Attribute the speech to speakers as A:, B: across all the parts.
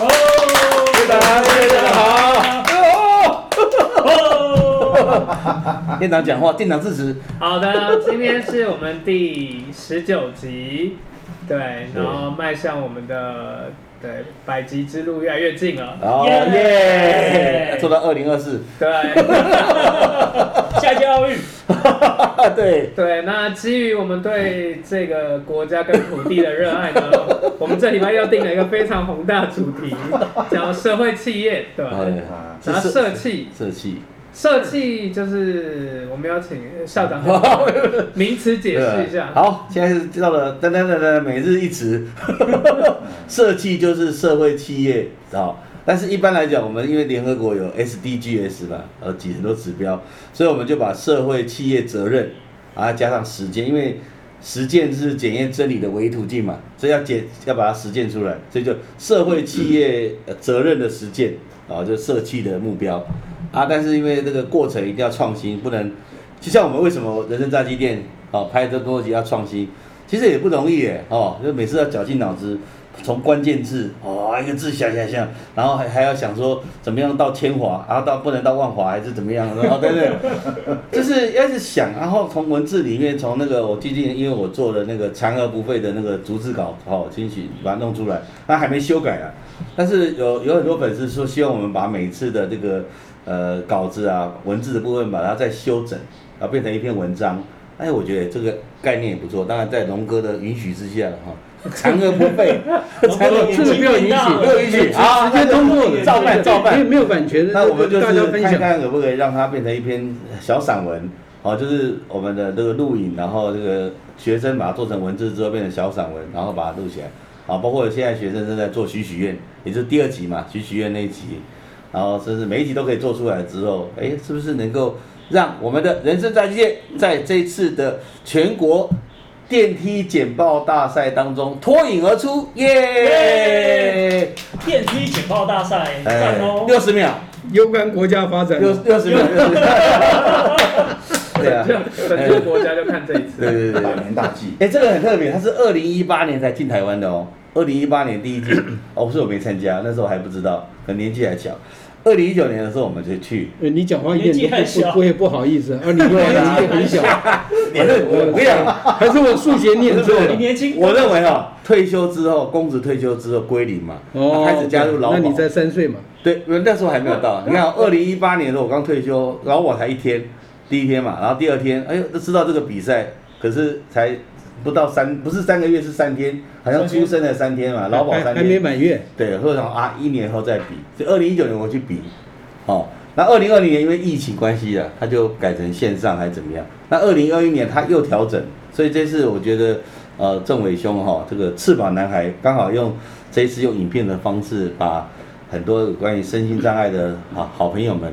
A: 哦 店长讲话，店长支持。
B: 好的，今天是我们第十九集，对，然后迈向我们的对百集之路越来越近了。
A: 然后
C: 耶
A: 哦耶，做到二零二四，
B: 对
C: 下届奥运，，
A: 啊对，
B: 对，那基于我们对这个国家跟土地的热爱呢，我们这礼拜又定了一个非常宏大的主题，叫社会企业，对吧？
A: 哎
B: 然后
A: 是
B: 社企，
A: 社 气，
B: 社企就是我们要请校长来名词解释一下。
A: 好，现在是知道了，噔噔噔噔，每日 一词，社企就是社会企业，好。但是一般来讲，我们因为联合国有 SDGs 嘛，呃，几很多指标，所以我们就把社会企业责任啊加上实践，因为实践是检验真理的唯一途径嘛，所以要检要把它实践出来，所以就社会企业呃责任的实践啊，就社企的目标啊。但是因为这个过程一定要创新，不能就像我们为什么人生炸鸡店哦拍这多集要创新，其实也不容易耶哦，就每次要绞尽脑汁，从关键字哦一个字想想想，然后还还要想说怎么样到千华，然、啊、后到不能到万华还是怎么样，哦对对， 就是要是想，然后从文字里面从那个我最近因为我做的那个残而不废的那个逐字稿哦，进去把它弄出来，那还没修改啊，但是有有很多粉丝说希望我们把每次的这个。呃稿子啊文字的部分把它再修整，啊变成一篇文章。哎，我觉得这个概念也不错。当然，在龙哥的允许之下了哈，残而不废
C: 龙
A: 残
C: 哥
A: 而
C: 的
A: 不
C: 眼
A: 废，
C: 睛变大
A: 没有允许，好，啊那
D: 直接
A: 就
D: 通过，
A: 照办照
D: 没有
A: 办。
D: 没有版权的，
A: 那我们就
D: 大
A: 是
D: 家分
A: 看
D: 享。
A: 看可不可以让它变成一篇小散文，好，就是我们的这个录影，然后这个学生把它做成文字之后变成小散文，然后把它录起来，啊，包括现在学生正在做许许愿，也就是第二集嘛，许许愿那一集，然后甚至每一集都可以做出来之后，哎，是不是能够让我们的人生在线在这次的全国电梯简报大赛当中脱颖而出，耶、
C: 耶电梯警报大赛，
A: 哎
C: 赞哦，！
A: 六十秒。
D: 攸关国家 发展，
A: 六六十秒，六十秒。对啊，
B: 就整个国家就看这一次。
A: 对对对对
E: 百。年大计，
A: 哎，这个很特别，它是二零一八年才进台湾的哦。二零一八年第一季，哦，不是我没参加，那时候还不知道，可能年纪还小。二零一九年的时候我们就去，
D: 呃你讲话一点
C: 年纪很
D: 都
C: 小
D: 不不会不好意思，而你又年 纪很小，
A: 反正我我跟你 讲，
D: 还是我数学念错
C: 你
D: 了。
C: 年轻，
A: 我认为啊、退休之后，公子退休之后归零嘛，哦开始加入劳保。
D: 哦那你在三岁嘛？
A: 对，那时候还没有 到。你看，二零一八年的时候我刚退休，然后我才一天，第一天嘛，然后第二天，哎呦，都知道这个比赛，可是才不到三，不是三个月，是三天，好像出生了三天嘛，劳保
D: 还
A: 三
D: 还没
A: 天。
D: 满月，
A: 对，所以我想啊，一年后再比，所以二零一九年我去比，哦，那二零二零年因为疫情关系啊，它就改成线上还是怎么样？那二零二一年它又调整，所以这次我觉得，呃，政委兄哈、这个翅膀男孩刚好用这一次用影片的方式，把很多有关于身心障碍的啊好朋友们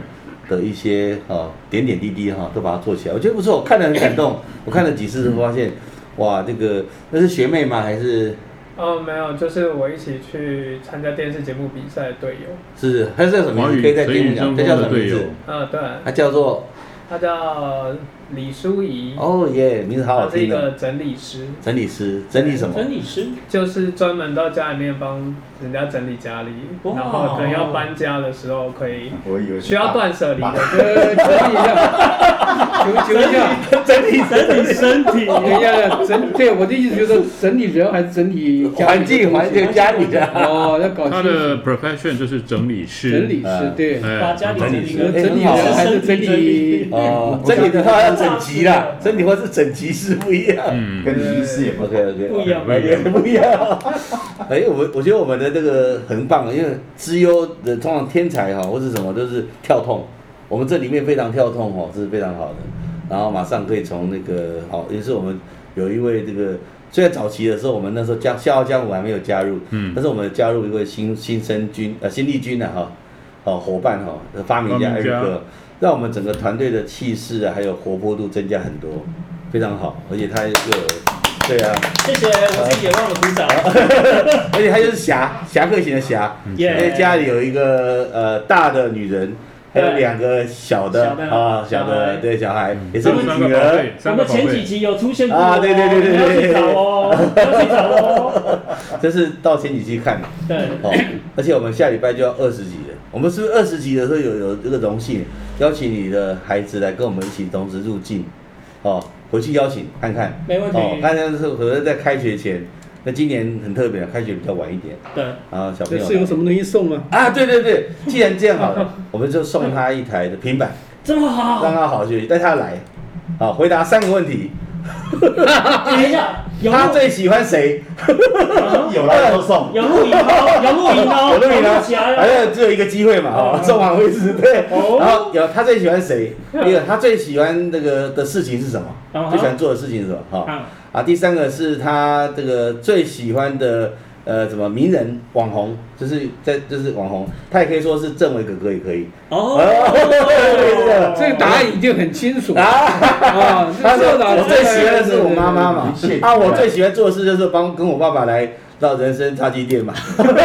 A: 的一些呃点点滴滴哈、都把它做起来，我觉得不错，我看得很感动，我看了几次发现，哇，这个那是学妹吗？还是
B: 哦，没有，就是我一起去参加电视节目比赛的队友。
A: 是还是叫什么
F: 华
A: 名字？
F: 语
A: 可以在
F: 随
A: 节目
F: 云
A: 讲，
F: 争
A: 这
F: 锋
A: 叫什么
F: 的
A: 名
F: 队友
A: 字？
B: 嗯，对，
A: 它叫做
B: 他叫李淑仪，
A: 哦耶，名字好好
B: 他是一
A: 听
B: 个
A: 哦。
B: 整理师，
A: 整理师，整理什么？
C: 整理师，
B: 就是专门到家里面帮人家整理家里，
C: 哇
B: 然后可能要搬家的时候可以
E: 我以为是
B: 需要断舍离的。
D: 呃，整理一下， 求求一下，
A: 整理
C: 整理身体，
D: 等一下，整对我的意思就是整理人还是整理家
A: 环
D: 里的
A: 境，
D: 东西
A: 环境家里的。
D: 哦，要搞
F: 他
D: 清
F: 的
D: 楚
F: profession 就是整理师，
D: 整理师
A: 嗯
D: 对，
F: 哎
C: 把家里整理
A: 哎
C: 个
D: 整理
A: 很好
D: 人还是整理
A: 哦，
E: 我
A: 整理的话要整齐啦
C: 我，
A: 整理或是整齐是不一样。
F: 嗯，
E: 跟你意思也不
A: OK OK，
C: 不一样
F: 不一样
A: 不一样。 哎，我我觉得我们的这个很棒，因为资优的通常天才哈或是什么都是跳痛，我们这里面非常跳痛哦，这是非常好的。然后马上可以从那个好，也是我们有一位这个。虽然早期的时候，我们那时候加《笑傲江湖》还没有加入，
F: 嗯
A: 但是我们加入一位新新生军呃新力军的、哈，哦伙伴哈、发明家艾
F: 发明
A: 瑞
F: 家
A: 克，让我们整个团队的气势啊，还有活泼度增加很多，非常好，而且他又有对啊，
C: 谢谢，我自己也忘了鼓掌，
A: 而且他就是侠侠客型的侠，因为
C: 耶，
A: 家里有一个呃大的女人，还有两个小的
C: 小的
A: 啊小
C: 小
A: 的
C: 孩
A: 对小孩，也是
F: 三
A: 我
F: 个宝
A: 女儿
F: 贝，
C: 我
F: 三个
C: 们
F: 宝
C: 前几
F: 贝，
C: 集有出现过
A: 啊对对对对
C: 你要去
A: 对
C: 找哦，你要去找哦，
A: 这是到前几期看的
C: 对，
A: 哦，而且我们下礼拜就要二十集了，我们是不是二十集的时候有有这个荣幸邀请你的孩子来跟我们一起同时入境？哦，回去邀请看看，
C: 没问题
A: 哦，看看是可能在开学前，那今年很特别，开学比较晚一点，
C: 对，
A: 然后小朋
D: 这
A: 友
D: 是有什么东西送吗？
A: 啊？对对对，既然这样好了，我们就送他一台的平板，
C: 这么
A: 让
D: 哦
C: 好。
A: 他好好学习，带他来，好、回答三个问题，
C: 哎等一下，有
A: 他
C: 录
A: 最喜欢谁？
E: 有来就送，
C: 有录影哦，有录影哦，
A: 我认为呢，
C: 起来
A: 反
C: 了。
A: 哎正只有一个机会嘛，哦，中晚会是对。
C: 哦
A: 然后有他最喜欢谁？第二，他最喜欢那个的事情是什么？
C: 嗯
A: 最喜欢做的事情是什么？哈
C: 啊，
A: 啊，第三个是他这个最喜欢的呃什么名人网红，就是在就是网红，他也可以说是政委哥哥也可以。哎
C: 哦，
D: 这个答案已经很清楚啊！
A: 啊，他
D: 这
A: 说
D: 个答案
A: 我最喜欢的是我妈妈嘛
E: 对对对对，
A: 啊，我最喜欢做的事就是帮跟我爸爸来到人生炸鸡店嘛。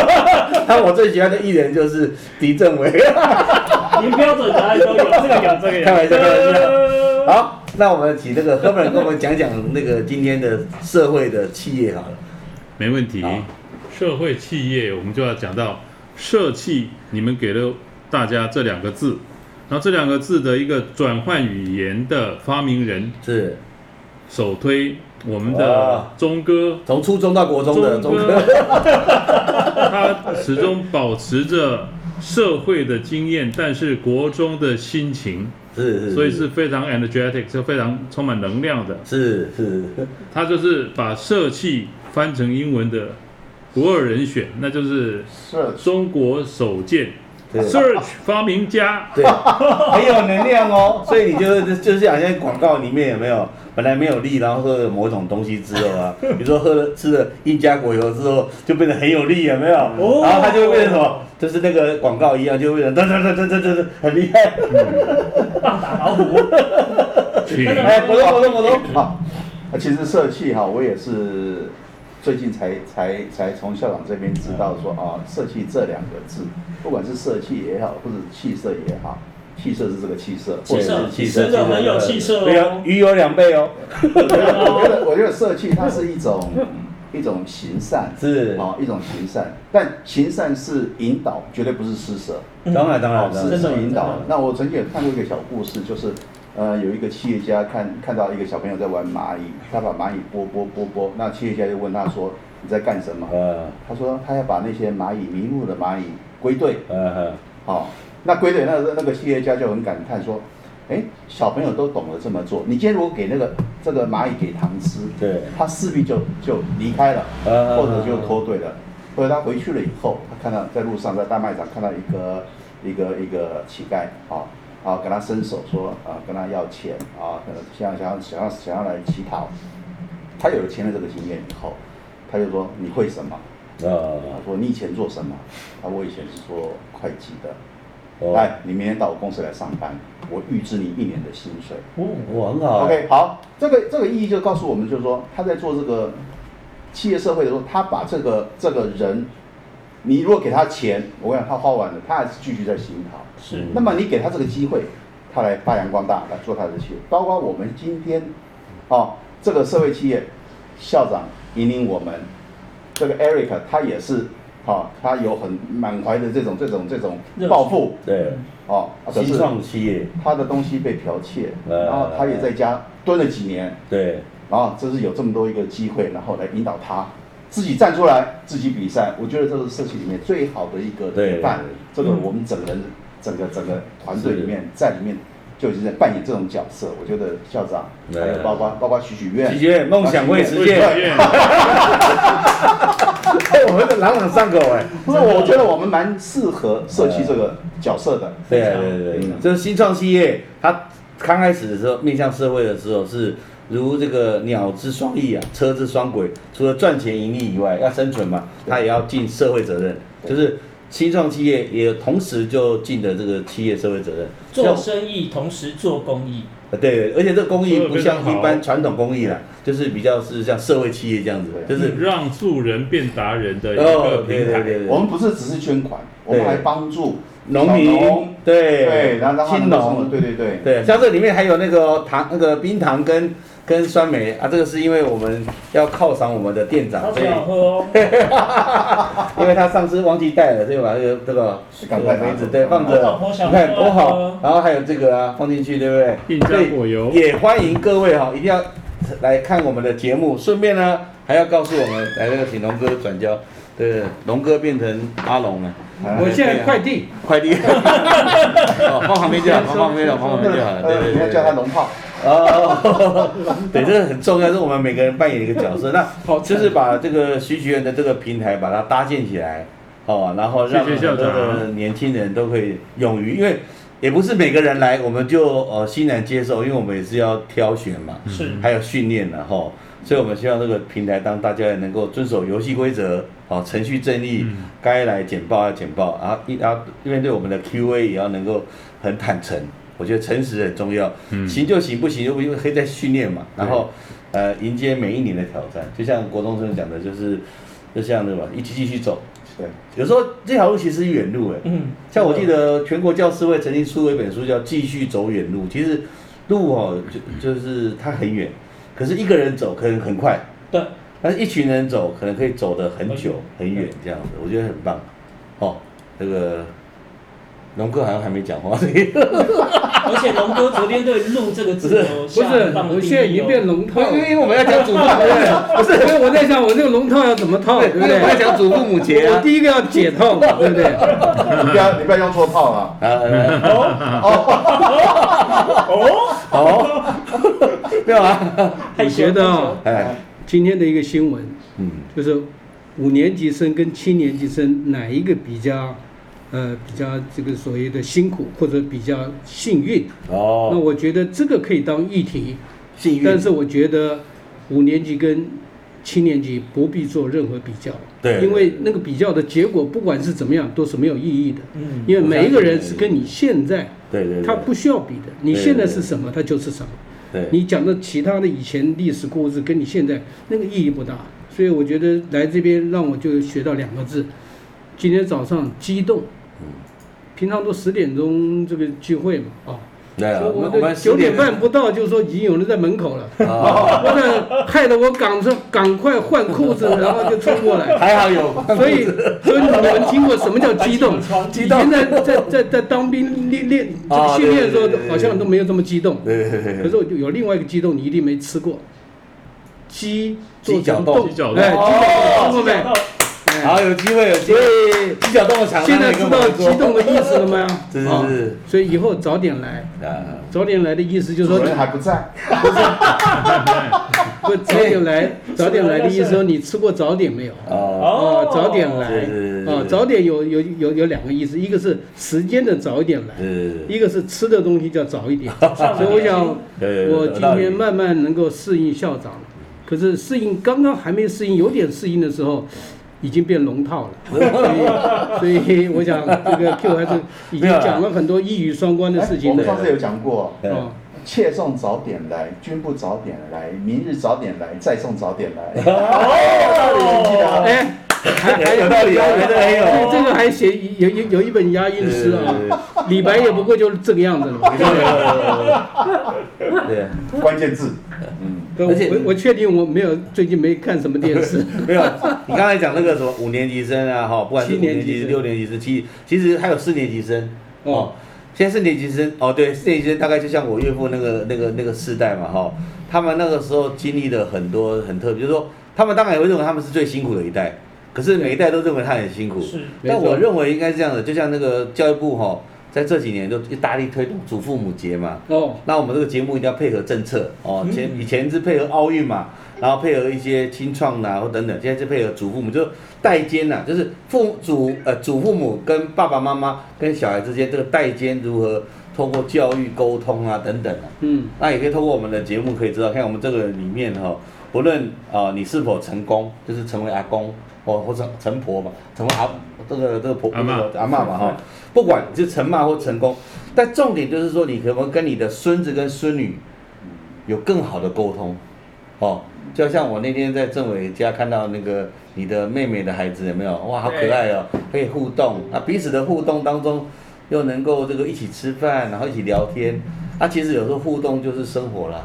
A: 那我最喜欢的艺人就是狄政委。
C: 连标准答 案都有，这个有，这个有。
A: 开玩笑开玩笑好，那我们请那个 Herbert 跟我们讲讲那个今天的社会的企业好了。
F: 没问题
A: 好。
F: 社会企业，我们就要讲到社企，你们给了大家这两个字，然后这两个字的一个转换语言的发明人，
A: 是
F: 首推我们
A: 哇
F: 的钟哥，
A: 从初中到国中的中
F: 中
A: 科
F: 科，他始终保持着社会的经验，但是国中的心情，
A: 是是，
F: 所以是非常 energetic，是非常充满能量的。
A: 是是
F: 他就是把社企翻成英文的不二人选，那就是
E: 是
F: 中国首见
A: 对
F: search 发明家。
A: 对，很有能量哦。所以你就是就是好像广告里面有没有，本来没有力，然后喝了某种东西之后 啊，比如说喝了吃了印加果油之后，就变得很有力，有没有？
C: 哦
A: 然后它就会变成什么？就是那个广告一样，就会变成噔噔噔噔噔噔，很厉害。
C: 棒打老虎，
F: 请
A: 哎，活动活动活动，
E: 好。啊其实社企哈，我也是最近才才才从校长这边知道说啊，社企这两个字，不管是社企也好，或者汽社也好，汽社是这个汽社，
C: 气
A: 哎
C: 色，气色，真的啊很有气色
A: 没有
C: 哦。
A: 鱼有两倍哦，
E: 我觉得，我觉得社气它是一种一种行善，
A: 是
E: 哦，一种行善，但行善是引导，绝对不是施舍，
C: 嗯
A: 当然当然
E: 哦
A: 当然
E: 是，是引导
C: 真的。
E: 那我曾经也看过一个小故事，就是呃，有一个企业家看看到一个小朋友在玩蚂蚁，他把蚂蚁剥剥剥剥，那企业家就问他说：“你在干什么
A: 呃？”
E: 他说：“他要把那些蚂蚁迷路的蚂蚁归队。”
A: 呃
E: 哦，那归队那个那个企业家就很感叹说，哎，小朋友都懂得这么做，你今天如果给那个这个蚂蚁给糖吃，
A: 对
E: 他势必就就离开了，
A: 呃
E: 或者就脱队了。或者他回去了以后，他看到在路上在大卖场看到一个一个一个乞丐啊啊，跟他伸手说啊，跟他要钱啊，呃想想想要想要来乞讨。他有了前面这个经验以后，他就说你会什么？
A: 呃
E: 他，啊说你以前做什么？啊，我以前是做会计的。
A: 哦，
E: 哎，你明天到我公司来上班，我预支你一年的薪水。
A: 我很好哎，
E: OK，好，这个这个意义就告诉我们，就是说他在做这个企业社会的时候，他把这个这个人，你如果给他钱，我跟你讲，他花完了，他还是继续在行讨。
C: 是
E: 那么你给他这个机会，他来发扬光大，来做他的企业，包括我们今天，哦，这个社会企业校长引领我们，这个 Eric 他也是，哦，他有很满怀的这种这种这种
C: 热情
E: 抱负，
A: 对，
C: 嗯
E: 哦，啊可
A: 新
E: 是
A: 创企业，
E: 他的东西被剽窃，
A: 呃
E: 然后他也在家蹲了几年，
A: 对，
E: 然后啊这是有这么多一个机会，然后来引导他自己站出来，自己比赛。我觉得这是社区里面最好的一个
A: 对
E: 典范
A: 对。
E: 这个我们整个人、整个整个团队里面在里面就已经在扮演这种角色。我觉得校长
A: 对
E: 还有包括包括许许愿
A: 许，愿梦想会实
F: 魏
A: 现，
F: 志愿
A: 哎，我们的朗朗上口 哎，
E: 不是我觉得我们蛮适合社区这个角色的。
A: 对对对对，就是新创企业，它刚开始的时候面向社会的时候是。如这个鸟之双翼啊，车之双轨，除了赚钱盈利以外，要生存嘛，它也要尽社会责任。就是新创企业也同时就尽的这个企业社会责任。
C: 做
A: 像
C: 生意同时做公益，
A: 呃，对，而且这个工艺不像
F: 做得非常好
A: 一般传统工艺啦，就是比较是像社会企业这样子，
E: 对
A: 就是哦
F: 让素人变达人的一个
A: 对
F: 平
A: 对
F: 台。
A: 对
E: 我
A: 对，
E: 们不是只是捐款，我们
A: 对
E: 还帮助
A: 农
E: 小
A: 民对
E: 对，然后让他
A: 青
E: 们
A: 农
E: 对对对。
A: 对，像这里面还有那个哦糖那个冰糖跟跟酸梅啊，这个是因为我们要犒赏我们的店长，
C: 超
A: 所以
C: 级好喝哦。
A: 因为他上次忘记带了，所以把这个这个
E: 赶快拿
A: 梅子对放着
C: 我老婆，想
A: 你看
C: 喝
A: 多好
C: 啊。
A: 然后还有这个啊，放进去对不对？
F: 印加
A: 所以
F: 果油
A: 也欢迎各位哈、一定要来看我们的节目，顺便呢还要告诉我们，来这个请龙哥转交，对，龙哥变成阿龙了，
D: 我现在快递，
A: 快 递，哦，放旁边就好，放旁边就好，放旁边就好，对
E: 呃，
A: 对
E: 你要
A: 对
E: 叫他
A: 对。
E: 龙炮，
A: 哦，对，这个很重要，是我们每个人扮演一个角 色。那
D: 好
A: 就是把这个徐学员的这个平台把它搭建起来，哦，然后让
F: 谢
A: 很
F: 谢校
A: 多
F: 长
A: 的年轻人都可以勇于，因为也不是每个人来我们就呃欣然接受，因为我们也是要挑选嘛，
C: 是
A: 还有训练然后。所以，我们希望这个平台当大家能够遵守游戏规则，哦，程序正义，
F: 嗯
A: 该来简报要简报，然后一然后面对我们的 Q&A 也要能够很坦诚，我觉得诚实很重要，
F: 嗯
A: 行就行，不行就不行，因为可以在训练嘛，然后呃迎接每一年的挑战，就像国中生讲的，就是就像那个吧，一起继续走。
E: 对，
A: 有时候这条路其实是远路哎、
C: 嗯，
A: 像我记得全国教师会曾经出过一本书叫《继续走远路》，其实路哦就就是它很远，可是一个人走可能很快，
C: 对，
A: 但是一群人走可能可以走得很久很远这样子，我觉得很棒。哦，这个龙哥好像还没讲话，所以
C: 而且龙哥昨天对“路”这个字有
D: 不
C: 下
D: 是
C: 很棒，的
D: 我
C: 定
D: 现在已
C: 义
D: 经
C: 哦
D: 变龙套了，
A: 因为因为我们要讲祖父，
D: 不是，所以我在想我这个龙套要怎么套，对不
A: 因 为我们要
D: 对？
A: 讲祖父母节
D: 我
A: 啊。
D: 第一个要解套嘛，对不对？
E: 你不要你不要用错炮啊，
A: 啊，呃
C: 哦，
A: 哦，没有啊，
D: 我
C: 害羞
D: 觉得啊
A: 哎，
D: 今天的一个新闻
A: 嗯，
D: 就是五年级生跟七年级生哪一个比较，呃，比较这个所谓的辛苦或者比较幸运？那
A: 哦，
D: 我觉得这个可以当议题，
A: 幸运，
D: 但是我觉得五年级跟七年级不必做任何比较，
A: 对
D: 因为那个比较的结果不管是怎么样都是没有意义的，
C: 嗯
D: 因为每一个人是跟你现在
A: 对对对，
D: 他不需要比的，你
A: 对
D: 现在是什么他就是什么，
A: 对，
D: 你讲的其他的以前历史故事跟你现在那个意义不大，所以我觉得来这边让我就学到两个字，今天早上激动，
A: 嗯
D: 平常都十点钟这个聚会嘛，啊、
A: 对啊，
D: 说
A: 我
D: 我
A: 们
D: 的九点半不到，就说已经有人在门口了，
A: 啊，
D: 我的害得我赶着赶快换裤子，然后就冲过来。
A: 还好有，
D: 所以，所以你们听过什 么叫激动？
C: 激
D: 以前在在在在当兵练练这
A: 啊
D: 个训练的时
A: 对
D: 候
A: 对对，对
D: 好像都没有这么激动。
A: 对对对
D: 可
A: 对
D: 是我就有另外一个激动，你一定没吃过，鸡
A: 鸡
D: 做
A: 脚
D: 成
A: 冻哦
D: 冻，
F: 鸡脚冻
D: 哎，鸡脚冻吃过没？
C: 到
A: 对，
D: 哎
A: 好，有机会有机
D: 所
A: 会，
D: 以
A: 鸡脚冻的厂商
D: 现在
A: 也跟
D: 知
A: 我
D: 道
A: 们
D: 激
A: 说
D: 动的意思了吗？
A: 是是
D: 啊
A: 是
D: 所以以后早点来，
A: 啊，
D: 早点来的意思就是
E: 主
D: 说
E: 人还不在，
D: 不早点 来，早点来的意思说你吃过早点没有？
A: 哦，
C: 哦
D: 哦，，早点来
A: 是是是
D: 啊，早点有有有有两个意思，一个是时间的早一点来，
A: 是，
D: 一个是吃的东西叫早一 点。
C: 上
D: 所以我想，
A: 对
D: 我今天慢慢能够适应校长，可是适应刚刚还没适应，有点适应的时候。已经变龙套 了，所以所以我想这个 Q 还是已经讲了很多一语双关的事
E: 啊哎我
D: 情了。
E: 们上次有讲过，
D: 哦，
E: 切送早点来，君不早点来，明日早点来，再送早点来。
C: 哦，
D: 哎，还 还哎
A: 有道理啊，觉得很有，
D: 对，这个还写有有有一本押韵诗啊，李白也不过就是这个样子了。
A: 对，
E: 关键字，嗯，
D: 我
A: 而且
D: 我我确定我没有最近没看什么 电视，
A: 没有，你刚才讲那个什么五年级生啊，哈，不管是五
D: 七年
A: 年
D: 级生
A: 级、六年级生、七，其实还有四年级生哦
D: 哦。
A: 现在四年级生哦，对，四年级生大概就像我岳父那个那个那个世代嘛，哈、他们那个时候经历了很多很特别，就是说他们当然也会认为他们是最辛苦的一代，可是每一代都认为他很辛苦。
C: 是
D: 没错
A: 但我认为应该是这样的，就像那个教育部哈、在这几年都大力推动祖父母节嘛，
D: 哦，
A: 那我们这个节目一定要配合政策哦，前以前是配合奥运嘛，然后配合一些清创呐、啊、或等等，现在是配合祖父母，就是代间呐、啊就是父祖呃祖父母跟爸爸妈妈跟小孩之间这个代间如何通过教育沟通啊等等啊，
D: 嗯，
A: 那也可以通过我们的节目可以知道，看我们这个里面哈、不论啊、呃你是否成功，就是成为阿公哦或者成婆嘛，成为阿这个这个婆
F: 阿嬷
A: 这个阿妈嘛哈、不管你是成骂或成功，但重点就是说你可不可以跟你的孙子跟孙女有更好的沟通哦。就像我那天在政委家看到那个你的妹妹的孩子有没有？哇，好可爱哦，可以互动啊，彼此的互动当中又能够这个一起吃饭，然后一起聊天。啊，其实有时候互动就是生活啦，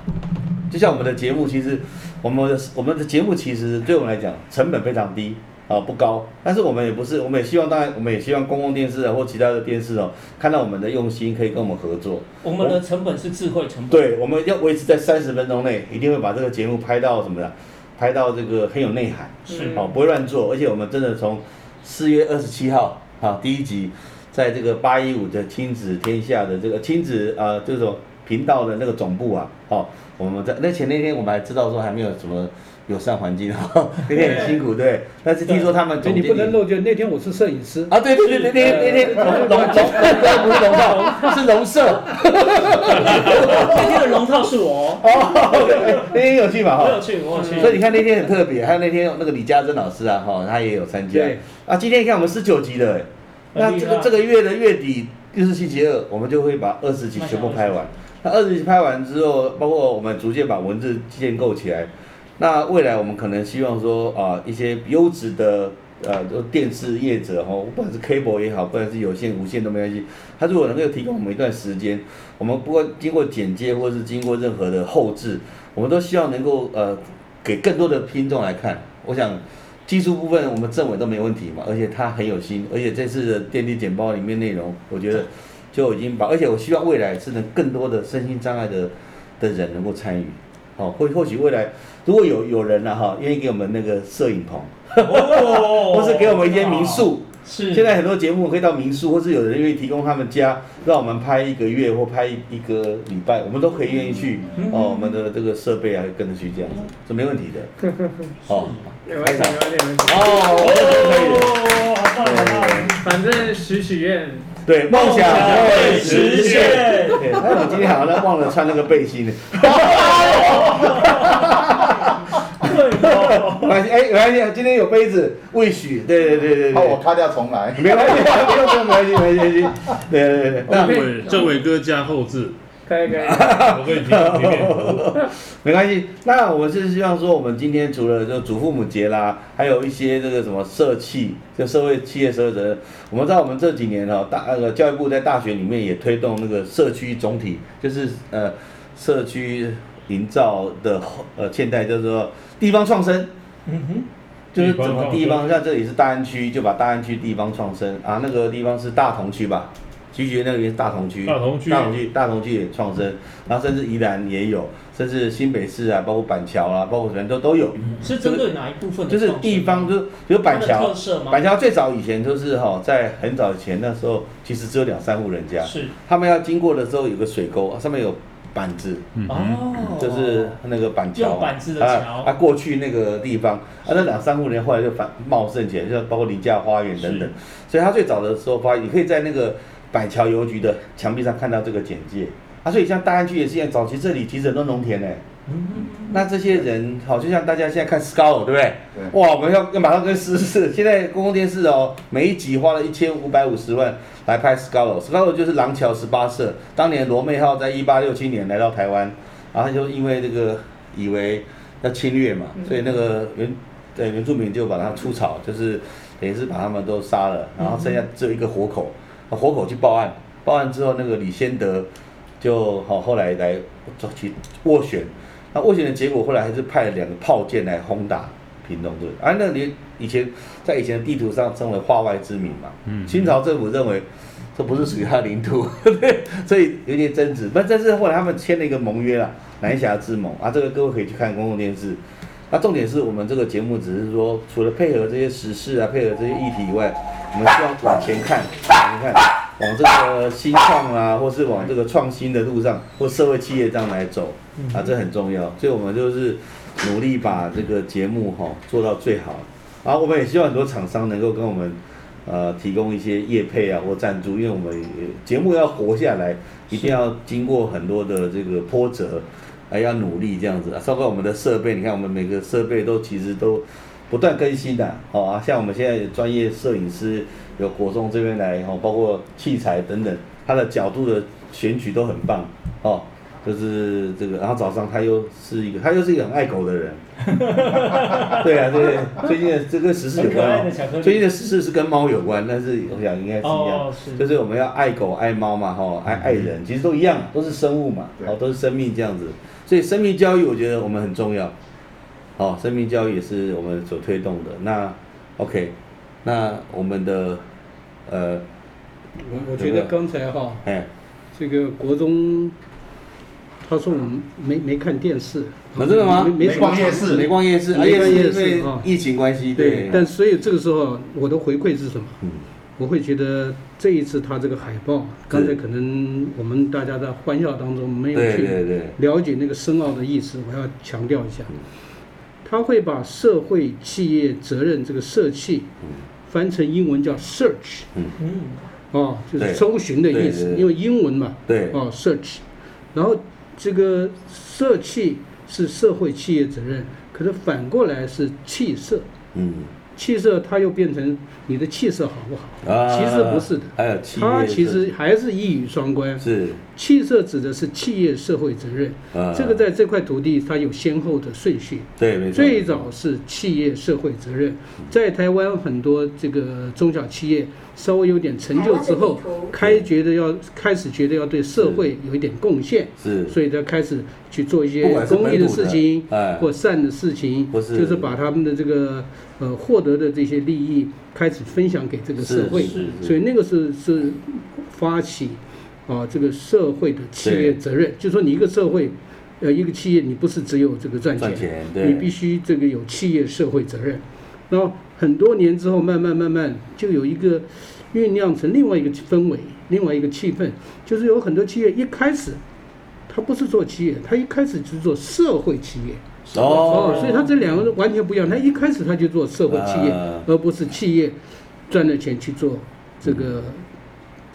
A: 就像我们的节目，其实我们的我们的节目其实对我们来讲成本非常低啊、不高。但是我们也不是，我们也希望，当然我们也希望公共电视啊或其他的电视哦，看到我们的用心，可以跟我们合作。
C: 我们的成本是智慧成本，
A: 对，我们要维持在三十分钟内，一定会把这个节目拍到什么的，拍到这个很有内涵，
C: 是
A: 哦，不会乱做。而且我们真的从四月二十七号啊第一集，在这个八一五的亲子天下的这个亲子啊、呃、这种频道的那个总部啊，哦，我们在那前那天我们还知道说还没有什么友善环境，哦、那天很辛苦对，但是听说他们
D: 所
A: 总
D: 以你
A: 经
D: 不能
A: 理。
D: 漏掉。那天我是摄影师，
A: 啊，对对对对对对对，龙龙龙，不是龙套，是龙社，啊
C: 那哦天的龙套是我，
A: 哦，那天有去嘛哈
C: 我？有去，我有
A: 所以
C: 去，
A: 你看那天很特别，还有那天那个李嘉珍老师啊，哈、他也有参加
D: 对。
A: 啊，今天你看我们十九集了，哎
C: 很
A: 那
C: 厉
A: 这个
C: 害
A: 这个月的月底就是星期二，我们就会把二十集全部拍完。那二十集拍完之后，包括我们逐渐把文字建构起来。那未来我们可能希望说啊、一些优质的呃就电视业者哈，不管是 cable 也好，不管是有线、无线都没关系。他如果能够提供我们一段时间，我们不管经过剪接或是经过任何的后置，我们都希望能够呃给更多的听众来看。我想技术部分我们政委都没问题嘛，而且他很有心，而且这次的电力简报里面内容，我觉得就已经把，而且我希望未来是能更多的身心障碍的的人能够参与。哦，或或许未来如果有有人了、啊哈，愿意给我们那个摄影棚，
C: 哦
A: 或是给我们一些民，宿，
C: 是
A: 现在很多节目可以到民宿，或是有人愿意提供他们家，让我们拍一个月或拍一个礼拜，我们都可以愿意去、
C: 嗯
A: 哦。我们的这个设备啊，跟着去这样子，这没问题的。哦，
B: 嗯有问题，有问题，有问题。
A: 哦，我觉得可以的。
C: 哦，好棒，好棒，
B: 反正许许愿，
A: 对，梦想会
C: 会
A: 实
C: 实
A: 现。
C: 现。
A: 对，那我今天好像忘了穿那个背 心了。没关系，哎，没关系，今天有杯子，未许。对对对对
E: 好，哦我
A: 对，
E: 擦掉重来。
A: 没关系，不用不用，没关系，没关系。对对对对，那
F: 政委政委哥加后置，
B: 可以可以。
F: 我可以提提点头。
A: 没关系，那我是希望说，我们今天除了就祖父母节啦，还有一些这个什么社企，就社会企业社会责任。我们知道我们这几年哦，大那个教育部在大学里面也推动那个社区总体，就是呃社区营造的后呃现代叫做地方创生。
C: 嗯哼，
A: 就是怎么地
F: 地方
A: 方，像这里是大安区，就把大安区地方创生啊，那个地方是大同区吧？徐局那个也是大同区，
F: 大同区
A: 大同区，大同区也创生，然后甚至宜兰也有，甚至新北市啊，包括板桥啊，包括什么都都有，
C: 是针对哪一部分的
A: 就
C: 创
A: 是
C: 新？
A: 地方，就是比如板
C: 嗯它的
A: 桥
C: 特，色吗？
A: 板桥最早以前就是哈、在很早以前那时候，其实只有两三户人家，
C: 是
A: 他们要经过的时候有个水沟，上面有板子，
F: 嗯哼，
C: 哦，
A: 就是那个板桥，
C: 用板子的桥
A: 啊，啊过去那个地方，啊，那两三户人后来就反茂盛起来，就包括林家花园等等，所以他最早的时候发，你可以在那个板桥邮局的墙壁上看到这个简介。啊，所以像大安区也是一样，早期这里其实很多农田呢、那这些人，好，就像大家现在看 Scout，对不对？
E: 对
A: 哇，我们要要马上跟十四，现在公共电视哦，每一集花了一千五百五十万来拍 Scalo，Scalo 就是廊桥十八社，当年罗妹号在一八六七年来到台湾，然后就因为这个以为要侵略嘛，所以那个原对原住民就把他出草，就是等于是把他们都杀了，然后剩下只有一个活口，啊活口去报案，报案之后那个李先德就好后来来做去斡旋，那斡旋的结果后来还是派了两个炮舰来轰打屏东对，啊，那你以前在以前的地图上称为化外之民嘛，
F: 嗯
A: 清朝政府认为这不是属于他的领土，对， 所以有点争执，但但是后来他们签了一个盟约啦，南峡之盟啊，这个各位可以去看公共电视。那重点是我们这个节目只是说，除了配合这些时事啊，配合这些议题以外，我们希望往前看，往前看，往这个新创啊，或是往这个创新的路上，或社会企业这样来走啊，这很重要。所以我们就是努力把这个节目哈、做到最好。啊，我们也希望很多厂商能够跟我们呃提供一些业配啊或赞助，因为我们也节目要活下来，一定要经过很多的这个波折，还要努力这样子。啊，包括我们的设备，你看我们每个设备都其实都不断更新的、哦啊，像我们现在有专业摄影师有国中这边来哦，包括器材等等，它的角度的选取都很棒哦。就是这个，然后早上他又是一个，他又是一个很爱狗的人， 对啊，对，最近的这跟时事有关、
C: 很可爱的巧克
A: 哦，
C: 力
A: 最近的时事是跟猫有关，但是我想应该是一样，
C: 哦是
A: 就是我
D: 嗯
A: 们要爱狗爱猫嘛，哈、爱爱人，其实都一样，都是生物嘛，
E: 对
A: 哦，都是生命这样子。所以生命教育我觉得我们很重要，哦，生命教育也是我们所推动的。那 OK，那我们的呃，
D: 我我觉得刚才哈、
A: 哎，
D: 这个国中，他说我们没没看电视，
A: 啊真的吗
D: 没
E: 没
D: 什么
E: 逛夜市，
A: 没逛夜市，啊
D: 没
A: 夜
D: 逛
A: 市
D: 夜
A: 因
D: 市
A: 为
D: 啊
A: 疫情关系，
D: 对
A: 对，，
D: 但所以这个时候我的回馈是什么？
A: 嗯
D: 我会觉得这一次他这个海报，刚才可能我们大家在欢笑当中没有
A: 对
D: 去
A: 对嗯对，
D: 了解那个深奥的意思，我要强调一下，他会把社会企业责任这个社企
A: 嗯
D: 翻成英文叫 search
C: 嗯，
D: 哦，就
A: 对
D: 是搜寻的意
A: 对对
D: 思，
A: 对
D: 因为英文嘛，
A: 对
D: 哦 search，然后这个社企是社会企业责任，可是反过来是气社，
A: 嗯
D: 气色它又变成你的气色好不好？
A: 啊，
D: 其实不是的，
A: 还有企业
D: 它
A: 是
D: 其实还是一语双关。
A: 是
D: 气色指的是企业社会责任，
A: 啊，
D: 这个在这块土地它有先后的顺序。
A: 对没错，
D: 最早是企业社会责任，在台湾很多这个中小企业稍微有点成就之后
G: 台湾的地图，
D: 开觉得要开始觉得要对社会有一点贡献，
A: 是
D: 所以他开始去做一些
A: 不管是
D: 公益
A: 本土的
D: 事情
A: 哎，
D: 或善的事情，
A: 或是
D: 就是把他们的这个呃获得的这些利益开始分享给这个社会
A: 是是，是
D: 所以那个是是发起啊这个社会的企业
A: 对
D: 责任，就说你一个社会。呃，一个企业你不是只有这个赚
A: 赚钱对
D: 你必须这个有企业社会责任。然后很多年之后，慢慢慢慢就有一个酝酿成另外一个氛围，另外一个气氛，就是有很多企业一开始他不是做企业，他一开始就是做社会企业。
A: 哦，
D: 所以他这两个完全不一样。他一开始他就做社会企业，
A: 啊
D: 而不是企业赚了钱去做这个、
A: 嗯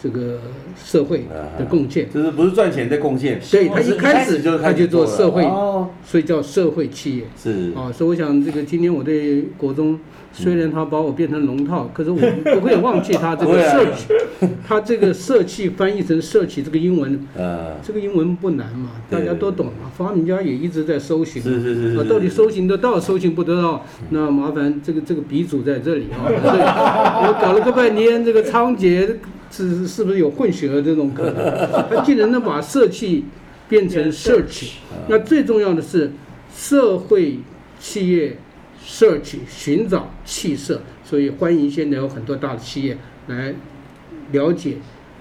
D: 这个社会
A: 啊
D: 的贡献。
A: 就是不是赚钱在贡献，哦
D: 所以他
A: 是
D: 一
A: 一开
D: 开
A: 始
D: 始
A: 就
D: 他
A: 开始
D: 就做
A: 了
D: 社会，
A: 哦，
D: 所以叫社会企业。
A: 是
D: 啊，所以我想这个今天我对国中，虽然他把我变成龙套，可是我不会忘记他 这
A: 不会
D: 个
A: 啊
D: 社企，他这个社企翻译成社企这个英文，
A: 呃，
D: 这个英文不难嘛，
A: 对
D: 大家都懂嘛，发明家也一直在搜寻嘛。
A: 是是是嗯
D: 啊
A: 是，，
D: 到底搜寻得到，搜寻不得到，那麻烦这个这个鼻祖在这里啊、对 我搞了个半天，这个仓颉是是不是有混血儿这种可 能？他竟然能把社企变成 search，那
A: 啊
D: 最重要的是社会企业 search 寻找气社，所以欢迎现在有很多大的企业来了解、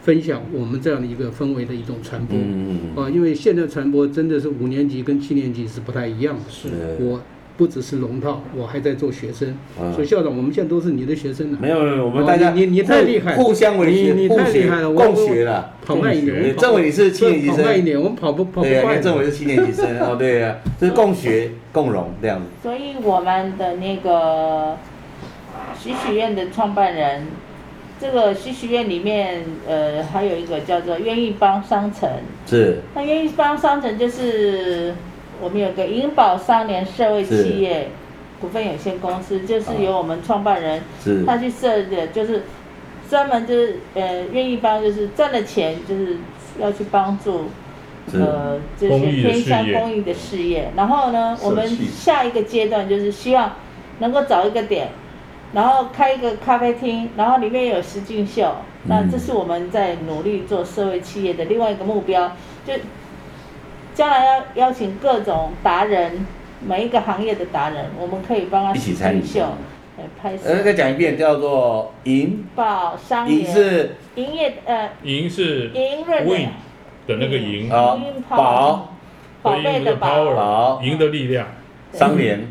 D: 分享我们这样的一个氛围的一种传播。
A: 嗯嗯嗯
D: 啊，因为现在传播真的是五年级跟七年级是不太一样的。
A: 是的，
D: 我不只是龙套，我还在做学生，
A: 嗯
D: 所以校长，我们现在都是你的学生了。
A: 没有没有，我们大家
D: 哦你你你太厉害了
A: 互互相为学，
D: 你你
A: 互
D: 太厉
A: 学
D: 害了我
A: 共
D: 我
A: 学了。
D: 跑慢一
A: 对
D: 点，
A: 政委你是七年级
D: 跑慢一
A: 生，
D: 点，我们跑不跑不
A: 对啊呀，因
D: 快
A: 为
D: 的。
A: 政委是七年级生哦，对 呀，就是共学共荣这样子，
G: 所以我们的那个许许愿的创办人，这个许许愿里面，呃，还有一个叫做愿意帮商城。
A: 是
G: 那愿意帮商城就是我们有个银保商联社会企业股份有限公司，就是由我们创办人
A: 是
G: 他去设的，就是专门就是呃愿意帮，就是赚了钱就是要去帮助
A: 是
G: 呃，这些
F: 公益的
G: 偏向
F: 事业
G: 公益的事业。然后呢，我们
E: 社企
G: 下一个阶段就是希望能够找一个点，然后开一个咖啡厅，然后里面有实境秀。那这是我们在努力做社会企业的另外一个目标，就将来要邀请各种达人，每一个行业的达人，我们可以帮他
A: 一起
G: 实
A: 参与
G: 境秀，呃，拍
A: 呃，再
G: 摄。
A: 讲一遍，叫做银
G: 报商
A: 银
G: 业
A: 是
G: 营业呃
F: 赢是
G: 营润的
F: win 的那个赢，
A: 啊
G: 营运
A: 宝
G: 宝
F: 回
G: 贝
F: 应
G: 的
F: 那个
G: 宝。
A: 好
F: power，赢的力 量。
G: 对
A: 商联。
G: 对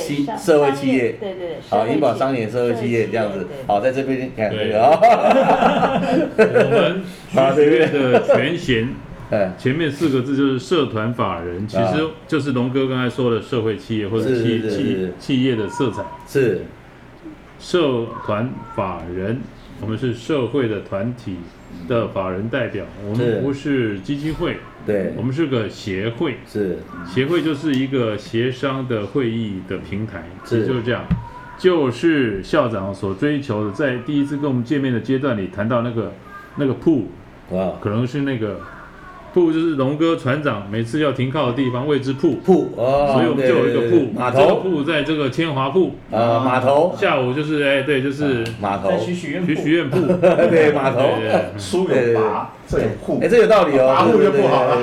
A: 企
G: 商
A: 社会
G: 商
A: 企
G: 业
A: 业
G: 对对对，社
A: 好，
G: 会
A: 银保
G: 企
A: 商业社会企业这样子
G: 对，
A: 好，在这边看这
F: 对
A: 个啊，
F: 我们
A: 啊
F: 学院的全衔
A: 嗯，
F: 前面四个字就是社团法人，其实就是龙哥刚才说的社会企业或者
A: 啊是
F: 企
A: 是是
F: 企
A: 是
F: 企业的色彩。
A: 是
F: 社团法人，我们是社会的团体的法人代表，我
A: 是
F: 们不是基金会，
A: 对嗯
F: 我们是个协会，
A: 是
F: 协会就是一个协商的会议的平台，
A: 是
F: 其实就是这样。就是校长所追求的，在第一次跟我们见面的阶段里谈到那个那个 pool，
A: 啊，
F: 可能是那个铺就是龙哥船长每次要停靠的地方谓之铺，
A: 铺哦，
F: 所以我们就有一个
A: 对对对
F: 铺，
A: 码
F: 这个
A: 头，
F: 铺在这个千华铺，
A: 呃，码头，
F: 下午就是哎对，就是
A: 码头
C: 在，许许愿
F: 徐徐
C: 铺，
F: 院铺，
A: 对，码头，
F: 对对
E: 书
A: 对对
E: 有
A: 对
E: 拔，这有户
A: 哎，，这有道理哦，
E: 拔户就不好了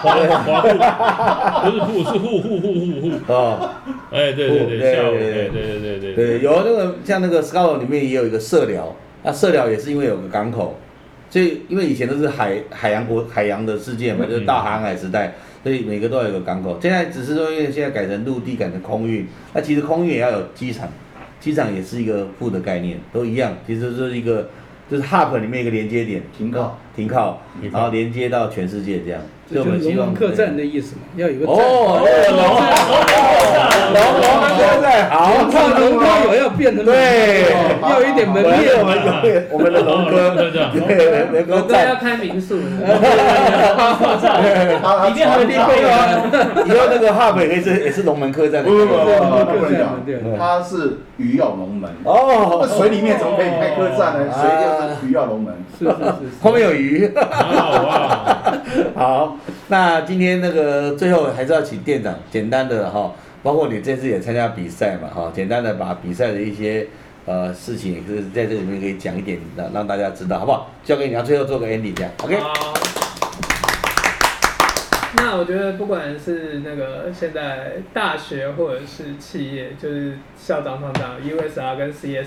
A: 对。对对对
F: 华户不是户是户户户户户，
A: 哦，
F: 哎对对
A: 户
F: 对，下午
A: 对对
F: 对对对对对，
A: 对，有那个像那个 Scalo 里面也有一个社寮，那社寮也是因为有个港口，所以因为以前都是海海洋国海洋的世界嘛，就是大航海时代，所以每个都要有个港口。现在只是说因为现在改成陆地，改成空运，那其实空运也要有机场，机场也是一个副的概念，都一样，其实就是一个就是 hub 里面一个连接点，
E: 停靠
A: 停靠，
F: 停靠
A: 然后连接到全世界这样。所以
D: 这
A: 我
D: 就
A: 们
D: 是
A: 希
D: 龙
A: 望
D: 门客栈的意思嘛，要有个站。
A: 哦，那个龙龙龙门客栈好
D: 龙。套龙套友要变成
A: 对
D: 哦要有一点门
A: 本来是我们
D: 面。
A: 有我们的龙哥，对，龙哥
B: 龙哥要
A: 在。
B: 开民宿了，
C: 一
E: 一
C: 定还有地
A: 对啊
C: 位啊，，
A: 以后那个 hub 也可以是也是龙门客栈的。
E: 不不不不
D: 对
E: 不不能
D: 对
E: 讲，它是鱼跃龙门。那
A: 哦，
E: 水里面怎么可以开客栈呢？
A: 哦
E: 水就是鱼跃龙门。
D: 是是是
A: 后面有鱼。
F: 好哇，
A: 好，那今天那个最后还是要请店长简单的哈，包括你这次也参加比赛嘛哈，简单的把比赛的一些呃事情，就是在这里面可以讲一点，让让大家知道，好不好？交给你，然后最后做个 ending 这样，OK？
B: 好那我觉得不管是那个现在大学或者是企业，就是校长、厂长、USR 跟 CSR，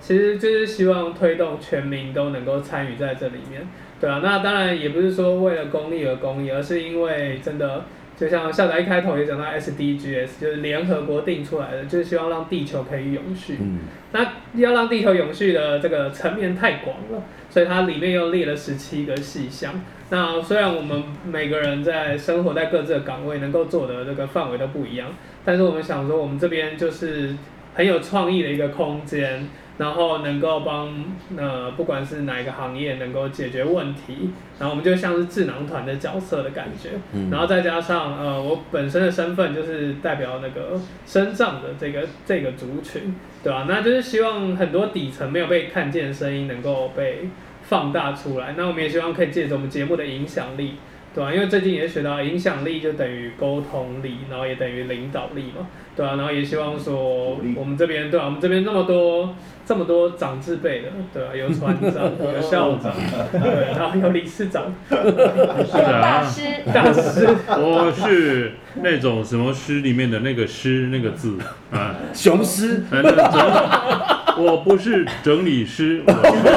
B: 其实就是希望推动全民都能够参与在这里面，对啊，那当然也不是说为了公益而公益，而是因为真的。就像校长一开头也讲到 SDGs，就是联合国定出来的，就是希望让地球可以永续。
A: 嗯，
B: 那要让地球永续的这个层面太广了，所以它里面又列了十七个细项。那虽然我们每个人在生活在各自的岗位能够做的这个范围都不一样，但是我们想说，我们这边就是很有创意的一个空间，然后能够帮呃不管是哪一个行业能够解决问题，然后我们就像是智囊团的角色的感觉，
A: 嗯
B: 然后再加上呃我本身的身份就是代表那个身障的这个这个族群，对吧、那就是希望很多底层没有被看见的声音能够被放大出来，那我们也希望可以借着我们节目的影响力。对吧、因为最近也学到影响力就等于沟通力，然后也等于领导力嘛，对啊，然后也希望说
E: 鼓励
B: 我们这边对啊，我们这边那么多这么多长字辈 的，对啊，有船长，有校长，对，然后有理事长、
F: 是的
G: 大
F: 啊。
G: 师，
B: 大 师，
F: 我是那种什么诗里面的那个诗那个字啊，
A: 雄狮。
F: 呃那个整，我不是整理师，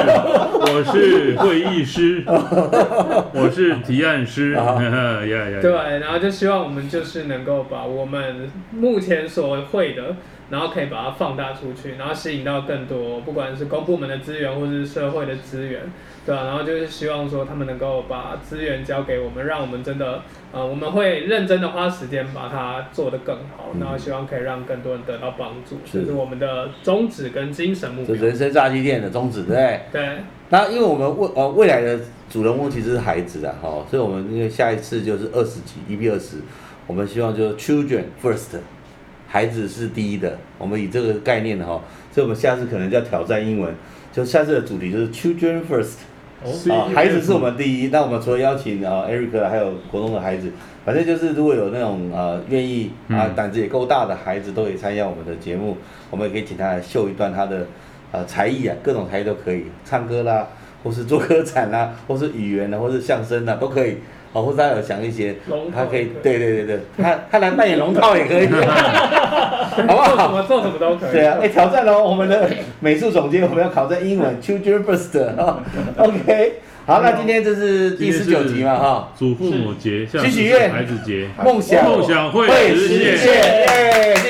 F: 我是我是会议师，我是提案师，
A: 啊
F: 呀呀呀，
B: 对，哎然后就希望我们就是能够把我们目前所会的，然后可以把它放大出去，然后吸引到更多，不管是公部门的资源或是社会的资源，对吧、然后就是希望说他们能够把资源交给我们，让我们真的，呃，我们会认真的花时间把它做得更好，然后希望可以让更多人得到帮助，
A: 嗯是
B: 这是我们的宗旨跟精神目
A: 这
B: 标。
A: 人生炸鸡店的宗旨，对不对？
B: 对，
A: 那因为我们未呃未来的主人翁其实是孩子啊，哈、所以我们因为下一次就是二十集 EP 二十，我们希望就是 children first，孩子是第一的，我们以这个概念的哈、所以我们下次可能要挑战英文，就下次的主题就是 children first。啊，
F: 哦
A: 孩子是我们第一。那我们除了邀请啊 Eric 还有国中的孩子，反正就是如果有那种呃愿意啊
F: 嗯
A: 胆子也够大的孩子，都可以参加我们的节目。我们也可以请他来秀一段他的呃才艺啊，各种才艺都可以，唱歌啦，或是做歌展啦，或是语言啦，啊或是相声啦，都可以。哦，或者他有想一些
B: 龙，套
A: 他可以
B: 也可以
A: 对对对对，他他来扮演龙套也可以，好不
B: 做什
A: 好？
B: 么做什么都可以。
A: 对啊，哎、挑战哦，我们的美术总监，我们要考在英文 Children First 哈、OK，好，那今天这是第十九集嘛哈，
F: 祖父母节，像
A: 许
F: 是
A: 许愿
F: 孩子节，
A: 梦想
F: 梦想会
A: 会
F: 实
A: 实
F: 现
A: 现，耶谢谢